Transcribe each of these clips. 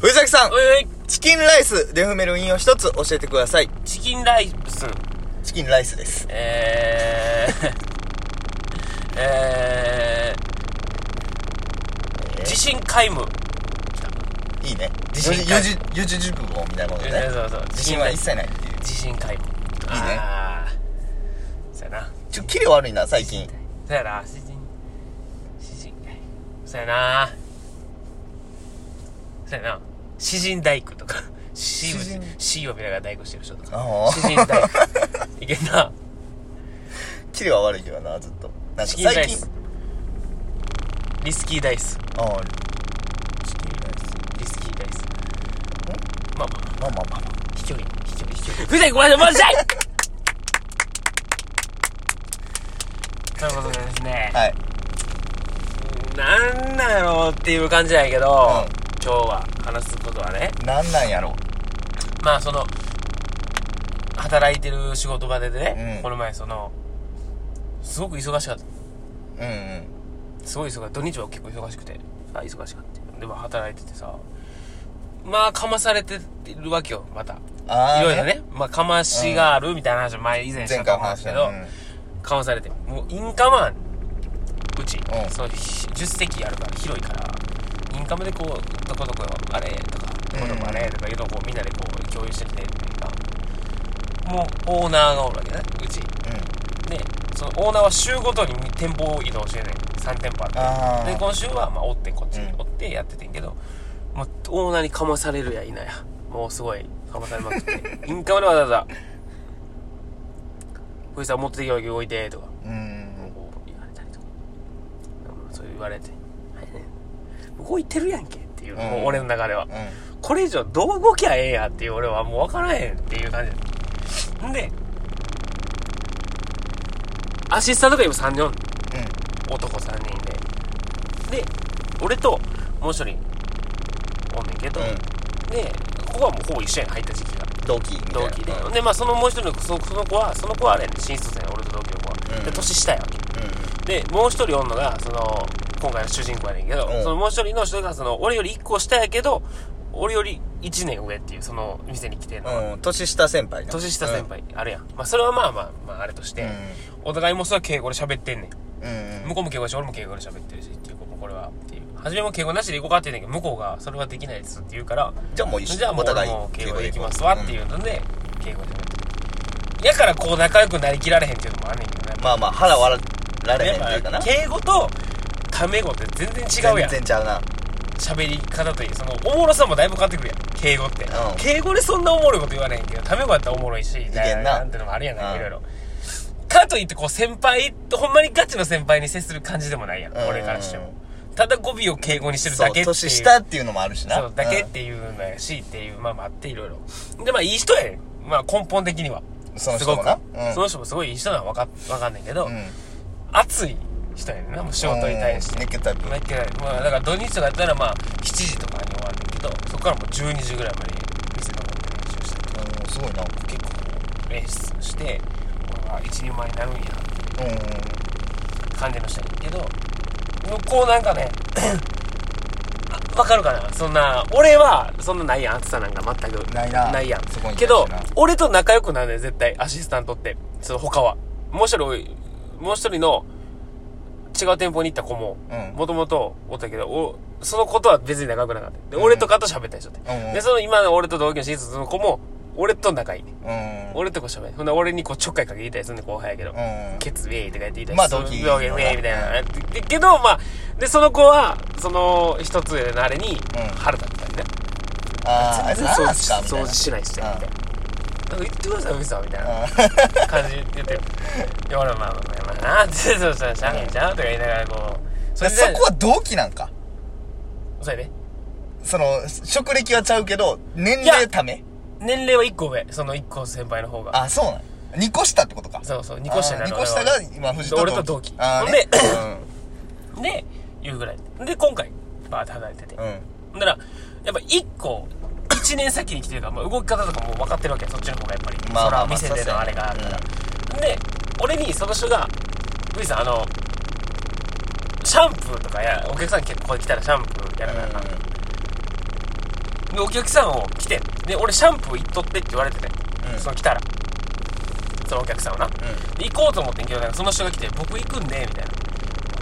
藤崎さん、おいおい、チキンライスで踏める韻を一つ教えてください。チキンライス。チキンライスです。えー、 えー、地震皆無。いいね。自四信字、回四字、四字熟語みたいなことね。そうそうそう自信は一切ないっていう。地震皆無。いいね。あーそうやな。ちょ、キレ悪いな、最近。そうやな。地震、地震、そうやな。そうやな。詩人大工とか。詩詩人を、詩を見ながら大工してる人とか。ああ詩人大工。いけんな。キレは悪いけどな、ずっと。なんかチキンラ最イ近ス。。リスキーダイス。ああ、チキンライリスキーダイス。まあまあ、ス。まあまあまあまあ。飛距離、飛距離、飛距離。ふざけ、ごめんなさい、マジでということでですね、はい。なんなんやろうっていう感じなんやけど、ん今日は話すことはね、なんなんやろまあその、働いてる仕事場でね、うんこの前その、すごく忙しかった。う。うんうん。すごい忙しい土日は結構忙しくてあ忙しかったでも働いててさまあかまされてるわけよまたあーいろいろね、まあ、かましがあるみたいな話を前以前し前回たと思うんで話すしけたど、うんかまされてもうインカムはうち、んそうひ10席あるから広いからインカムでこうどこどこあれとかどこどこあれとかいうのをこうみんなでこう共有してきてっていうかもうオーナーがおるわけねうちうん。でそのオーナーは週ごとに店舗を移動してね3店舗あってあであ。今週はまあ追ってこっちにうん追ってやっててんけど、もうオーナーにかまされるやいなやもうすごいかまされまくって インカムでわざわざ「こいつは持ってきよう動いて」とかうん。こう言われたりとかうんそう言われて「はいね動いてるやんけ」っていう、うんもう俺の中ではうん。これ以上どう動きゃええんやっていう俺はもう分からへんっていう感じんでアシスタントが今3人おんのうん。男3人でで俺ともう一人おんねんけど、うんでここはもうほぼ一緒やん入った時期が同期みたい同な。期で、うん。でまあそのもう一人のそその子はその子はあれやねん新卒やねん俺と同期の子は、うんで年下やわけでもう一人おんのがその今回の主人公やねんけど、うんそのもう一人の人がその俺より1個下やけど俺より1年上っていうその店に来てんの、うん。うん。年下先輩な年下先。輩あるやん、まあそれはまあまあまああれとして、お互いもうそれは敬語で喋ってんねんうん。う向ん。こうも敬語だし俺も敬語で喋ってるしっていうこもうこれはっていう初めも敬語なしで行こうかって言うんだけど向こうがそれはできないですって言うからじゃあもう一緒じゃあもうお俺互いも敬語で行きます敬語わで行こうっていうので敬語で喋ってるやからこう仲良くなりきられへんっていうのもあんねんけどねまあまあ、腹割られへんってやいっうぱかな。敬語とタメ語って全然違うやん全然ちゃうな。喋り方といいそのおもろさもだいぶ変わってくるやん敬語って、うん敬語でそんなおもろいこと言わないんけどタメ語やったらおもろいしいけんなんてのもあるやなうんい、いろいろかといってこう先輩ほんまにガチの先輩に接する感じでもないやん、うん俺からしてもただ語尾を敬語にしてるだけっていうそう年下っていうのもあるしな。そうだけっていうのやしっていうまあまああっていろいろでまあいい人やねんまあ根本的にはその人もなすごくうんその人もすごいいい人なのは分かわかんないけど、うん。うん。熱い人やねんなもう仕事に対してネッケタイプ。まあ、まあ、だから土日とかやったらまあ7時とかに終わるんだけどそこからもう12時ぐらいまで店の方で練習したりとかうんすごいな。結構レースして俺は一人前になるんやってうんうん。感じの人やねんけど向こうなんかね あわかるかなそんな俺はそんなないやん暑さなんか全くないなないやんそこに対してなけど俺と仲良くなるね絶対アシスタントってその他はもう一人もう一人の違う店舗に行った子もうんもともとおったけどおその子とは別に仲良くなかったで、うん俺とかと喋ったりしとって、うんうんでその今の俺と同居のシーズンの子も俺と仲いいね、うん。俺とこ喋るほんで俺にこうちょっかいかけ言いたりするね後輩やけど、うん。ケツウェイとか言って言いたりまあ同期ウェイウェイみたいな、でけどまあでその子はその一つのあれにん腹立ったりね、あーあいつ全何然なんすかみたい掃除な。しないしてみたいななんか言ってください藤さんみたいなう感じで言って「いや俺はまあまあまあまあな」ってそうしたら「しゃあへんちゃう?」とか言いながらこうんそでれ そでこは同期なんか。そうやねその、職歴はちゃうけど、年齢ため年齢は1個上その1個先輩の方があ、そうなの。二個下ってことか。そうそう2個下になあーる二個下が今、藤と俺と同期あーほんでねで言うぐらいで今回バーって働いててうん。うん。ほんだらやっぱ1個1年先に来てるから、まあ、動き方とかも分かってるわけやそっちの方がやっぱり、まあまあまあそら店でのあれがあるから、そうで俺にその人が「ルイさんあのシャンプーとかやお客さん結構来たらシャンプーやらなあかん、うでお客さんを来てで俺シャンプー行っとってって言われてて、うんその来たらそのお客さんをなで行こうと思ってんけどなんかその人が来て「僕行くんで」みたい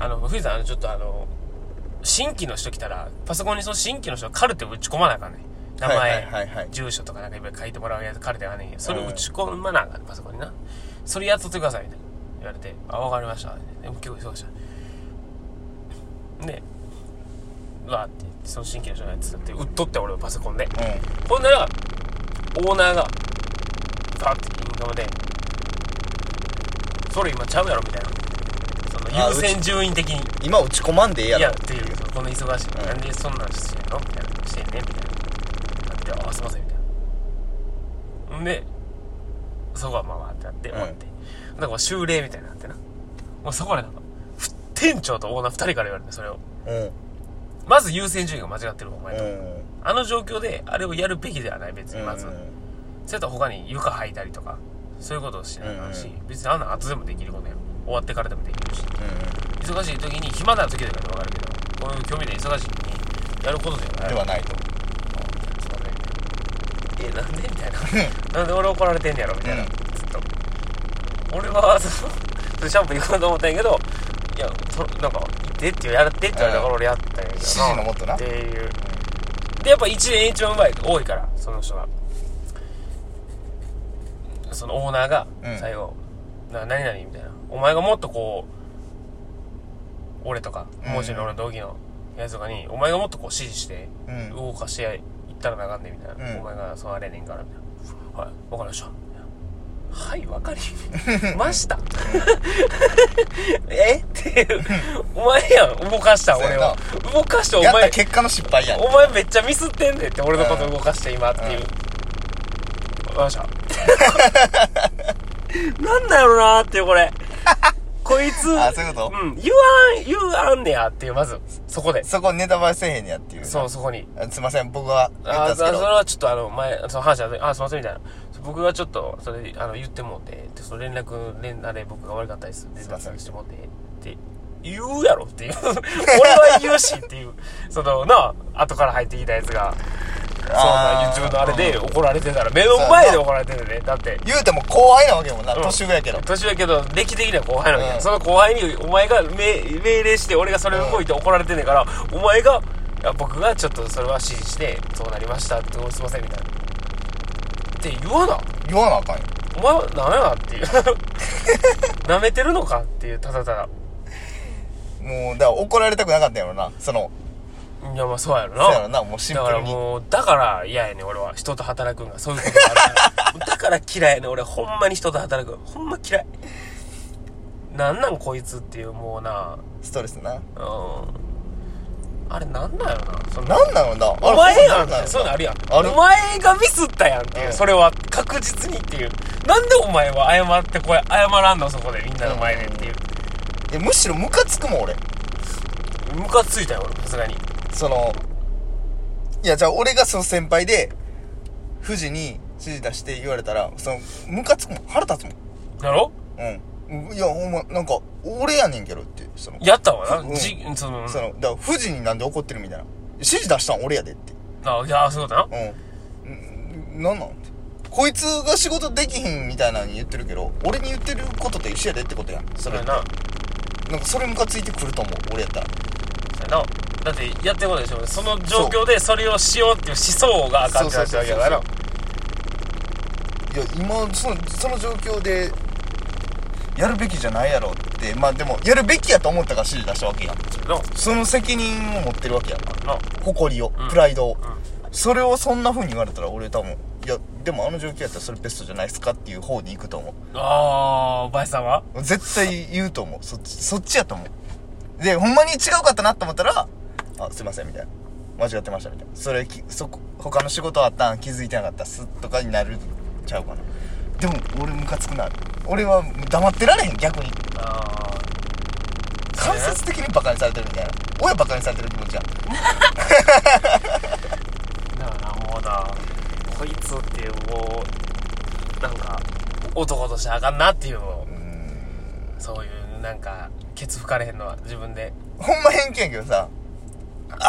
な「あの藤井さんあのちょっとあの新規の人来たらパソコンにその新規の人のカルテ打ち込まなあかんねん名前、はいはいはいはい住所とかなんかいっぱい書いてもらうやつカルテがあんねんけどそれ打ち込まなあかんねんパソコンになそれやっとってくださいみたいな言われて「あ分かりました」でも結構忙しいでわーってその新規の人のやつだって打っとって俺をパソコンでうほんなら、オーナーが、パってインカムで、それ今ちゃうやろみたいな。あその優先順位的に、ん今打ち込まんでええやいろやっていう、この忙しいの、うんなんでそんなんしてんのみたいな、してんねんみたいな。なって、あ、すいません、みたいな。んで、そこはまあまあってなって、うん終わって。なんかもう修例みたいになってな。もうそこでなんか、ふ店長とオーナー二人から言われて、それを。うんまず優先順位が間違ってる、お前と。うんあの状況で、あれをやるべきではない、別にまず。うそれと他に床履いたりとかそういうことをしないかんし、うん別にあんなん後でもできることやん終わってからでもできるしん忙しい時に暇な時とかで分かるけどこういう興味で忙しい時にやることじゃないではないとそうだねえなんでみたいななんで俺怒られてんねやろみたいな、うんずっと俺はそのシャンプー行こうと思ったんやけどいやそなんか行ってってやってって言われたから俺やったんやけどな指 示のもとなっていうでやっぱ一年一番うまい多いからその人がそのオーナーがうん最後「な何々」みたいな「お前がもっとこう俺とかうんもう一人の俺の同期のやつとかにお前がもっとこう指示してうん動かしていったらなあかんで」みたいな、うんお前がそうあれやねんから」みたいな「はい分かりました」はい、わかり ました。 えっていう。お前やん、動かした、そう俺やなを。動かした、おやっ前た。結果の失敗やん お前めっちゃミスってんねんって俺のこと動かして今っていう、わかりました なんだろうなーっていうこれこいつあそういうことん言わん言わんねやっていうまずそこでそこネタバレせえへんやっていうそうそこにあすいません僕は言ったんあであすそけれどはちょっとあの前その話はあすいませんみたいな僕がちょっとそれあの言ってもうてでその連絡連あれ僕が悪かったです連すいません絡してもうてって言うやろっていう 俺は言うしっていうそのなあ後から入ってきたやつがそんなあー自分のあれで怒られてたら目の前で怒られてるねだって言うても後輩なわけやもんなうん年上やけど年上やけど歴史的には後輩なわけや、うんその後輩にお前が命命令して俺がそれを動いて怒られてんねんから、お前がいや僕がちょっとそれは指示してそうなりましたってすいませんみたいなって言わな言わなあかんよお前はダメなっていう 舐めてるのかっていうただただもうだから怒られたくなかったんやろなそのいやまあそうやろなそうやろなもうシンだプからルにもうだから嫌やねん俺は人と働くんがそういうことがあるからだから嫌いねん俺ほんまに人と働くのほんま嫌いなんなんこいつっていうもうなストレスなうんあれなんだよなそんなんなのなお前やんあれそういうのあるやんあるお前がミスったやんっていう、うんそれは確実にっていうなんでお前は謝ってこれ謝らんのそこでみんなの前でっていういやむしろムカつくもん俺ムカついたよ俺さすがにそのいやじゃあ俺がその先輩で富士に指示出して言われたらそのムカつくもん腹立つもやろんうんいやほんまなんか俺やねんけどってそのやったわな、うんじそのそのだから富士になんで怒ってるみたいな指示出したん俺やでってあいやそういうことなうんんなんなんってこいつが仕事できひんみたいなのに言ってるけど俺に言ってることと一緒やでってことやんそそれれなななんかそれムカついてくると思う俺やったらそれなだってやってることでしょその状況でそれをしようっていう思想があかんってなってるわけだからいや今そのその状況でやるべきじゃないやろってまあでもやるべきやと思ったから指示出したわけやんそれなその責任を持ってるわけやんかな誇りを、うんプライドを、うそれをそんな風に言われたら俺多分いやでもあの状況やったらそれベストじゃないですかっていう方に行くと思んああばいさんはう絶対言うと思うそっちそっちやと思うでほんまに違うかったなと思ったら「あすいません」みたいな「間違ってました」みたいなそれきそこ他の仕事あったん気づいてなかったっすとかになるちゃうかなでも俺ムカつくな俺は黙ってられへん逆にああ間接的にバカにされてるみたいな親バカにされてる気持ちやんだからもうなこいつっていうもうなんか男としてあかんなっていうのをそういうなんかケツ吹かれへんのは自分でほんま偏見やけどさ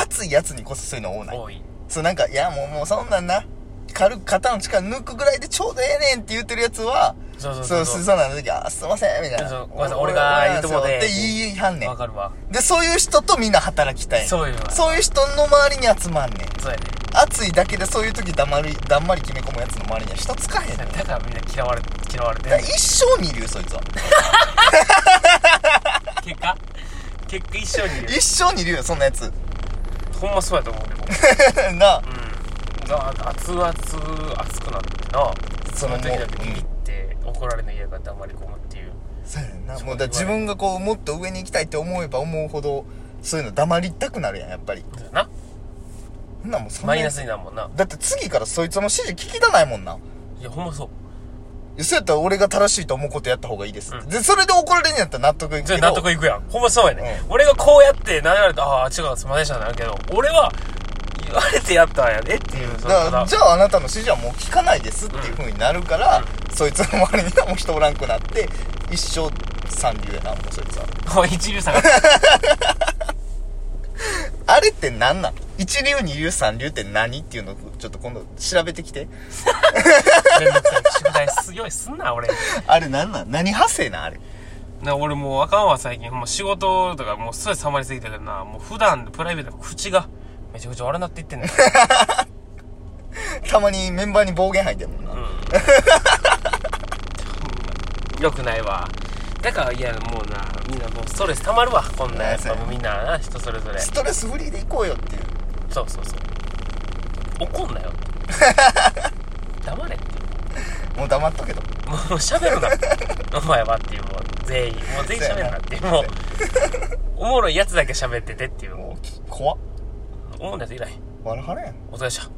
熱いやつにこそそういうの多ない多いそうなんかいやもうもうそんなんな軽く肩の力抜くぐらいでちょうどええねんって言ってるやつはそうそうそそううすそうそんなの時あすいませんみたいそなうごめんなさい俺が言うとこでって言いはんねんわかるわでそういう人とみんな働きたいねんそういうわそういう人の周りに集まんねんそうやね暑いだけでそういう時黙りだんまり決め込むやつの周りには人つかへんねんだからみんな嫌われて嫌われてだから一生にいるよそいつは結果結果一緒にいる一生にいるよそんなやつほんまそうやと思うでもなあうんな熱々熱くなってなそそののもう時だけビビって怒られない嫌がってあんまりこむっていうそうやねんなそうもうだから自分がこうもっと上に行きたいって思えば思うほどそういうの黙りたくなるやんやっぱりそうやなそんなんもうそんなマイナスになんもんなだって次からそいつの指示聞きたないもんないやほんまそうやそうやったら俺が正しいと思うことやった方がいいです、うんでそれで怒られるんやったら納得いくけじゃあど納得いくやんほんまそうやね、俺がこうやってなられたああ違うすみませんでしたなるけど俺は言われてやったんやでっていうそだのたからだじゃああなたの指示はもう聞かないですっていう風になるから、そいつの周りにはもう人おらんくなって一生三流やなもうそいつはおい一流さんあれって何なの一流二流三流って何っていうのをちょっと今度調べてきてめんどくさい宿題す用意すんな俺あれ何なん何派生なんあれ な俺もうあかんわ最近もう仕事とかもうストレス溜まりすぎてるなもう普段プライベートの口がめちゃくちゃ悪なっていってん ねんたまにメンバーに暴言吐いてるもんな、うんよくないわだからいやもうなみんなもうストレス溜まるわこんなやっぱもうみんなな人それぞれストレスフリーで行こうよっていうそうそうそう怒んなよ黙れってもう黙っとけともう喋るなお前はっていうもう全員もう全員喋るなっていうもうおもろいやつだけ喋っててっていうももうき怖っう思うんやついない笑はれんお疲れっした